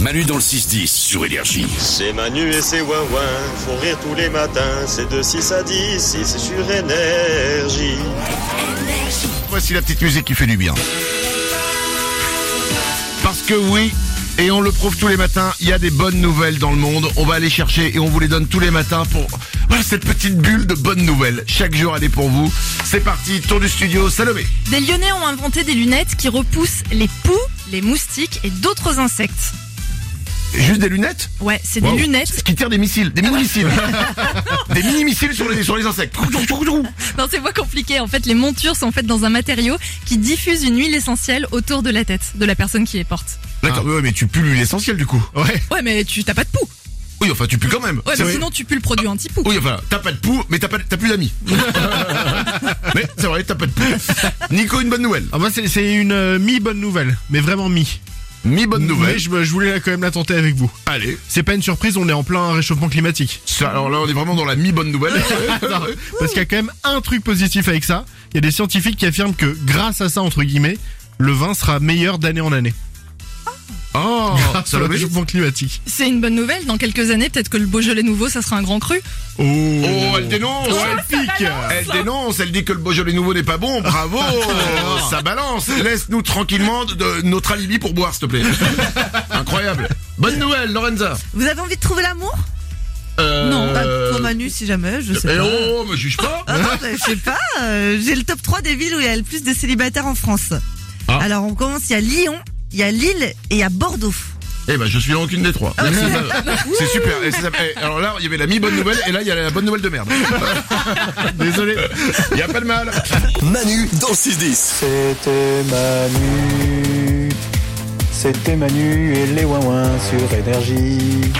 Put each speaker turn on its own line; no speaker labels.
Manu dans le 6-10 sur Énergie.
C'est Manu et ses Wawan font rire tous les matins. C'est de 6 à 10, 6 sur Énergie.
Voici la petite musique qui fait du bien. Parce que oui, et on le prouve tous les matins, il y a des bonnes nouvelles dans le monde. On va aller chercher et on vous les donne tous les matins pour voilà, cette petite bulle de bonnes nouvelles. Chaque jour, elle est pour vous. C'est parti, tour du studio, Salomé.
Des Lyonnais ont inventé des lunettes qui repoussent les poux, les moustiques et d'autres insectes.
Juste des lunettes
Ouais, c'est des
Wow.
lunettes.
Ce qui tire des missiles, des mini-missiles. des mini-missiles sur les, sur les insectes.
Non, c'est pas compliqué. En fait, les montures sont faites dans un matériau qui diffuse une huile essentielle autour de la tête de la personne qui les porte.
D'accord, ouais, mais tu pullules l'essentiel du coup. Ouais.
Ouais, mais tu t'as pas de poux.
Oui, enfin, tu pues quand même.
Ouais,
C'est
mais
vrai.
sinon tu pues le produit anti-poux.
Oui, enfin, t'as pas de poux, mais t'as pas, t'as plus d'amis. mais c'est vrai, t'as pas de poux. Nico, une bonne nouvelle.
Ah moi c'est- c'est une euh, mi-bonne nouvelle, mais vraiment mi.
Mi bonne nouvelle.
Mais je, je voulais quand même la tenter avec vous.
Allez,
C'est pas une surprise, on est en plein réchauffement climatique.
ça, alors là, on est vraiment dans la mi bonne nouvelle.
Parce qu'il y a quand même un truc positif avec ça. Il y a des scientifiques qui affirment que grâce à ça, entre guillemets, le vin sera meilleur d'année en année.
oh,
Grâce au
Salomé.
réchauffement climatique.
C'est une bonne nouvelle. Dans quelques années, peut-être que le Beaujolais nouveau, ça sera un grand cru.
Oh,
Oh, elle dénonce.
elle pique
Elle dénonce, elle dit que le Beaujolais nouveau n'est pas bon, bravo, ça balance. Laisse-nous tranquillement de, de- notre alibi pour boire, s'il te plaît. Incroyable. Bonne nouvelle, Lorenza.
Vous avez envie de trouver l'amour euh,
Euh,
Non, pas pour Manu si jamais, je sais
eh
pas.
oh, me juge pas.
Ah non, bah, je sais pas, euh, j'ai le top 3 des villes où il y a le plus de célibataires en France.
Ah.
Alors on commence, il y a Lyon, il y a Lille et il y a Bordeaux.
Eh ben, je suis dans aucune des trois. Merci. C'est super. Et ça s'appelle- eh, alors là, il y avait la mi-bonne nouvelle, et là, il y a la bonne nouvelle de merde.
Désolé.
Il y a pas de mal.
Manu dans le 6-10.
C'était Manu. C'était Manu et les Wawins sur énergie.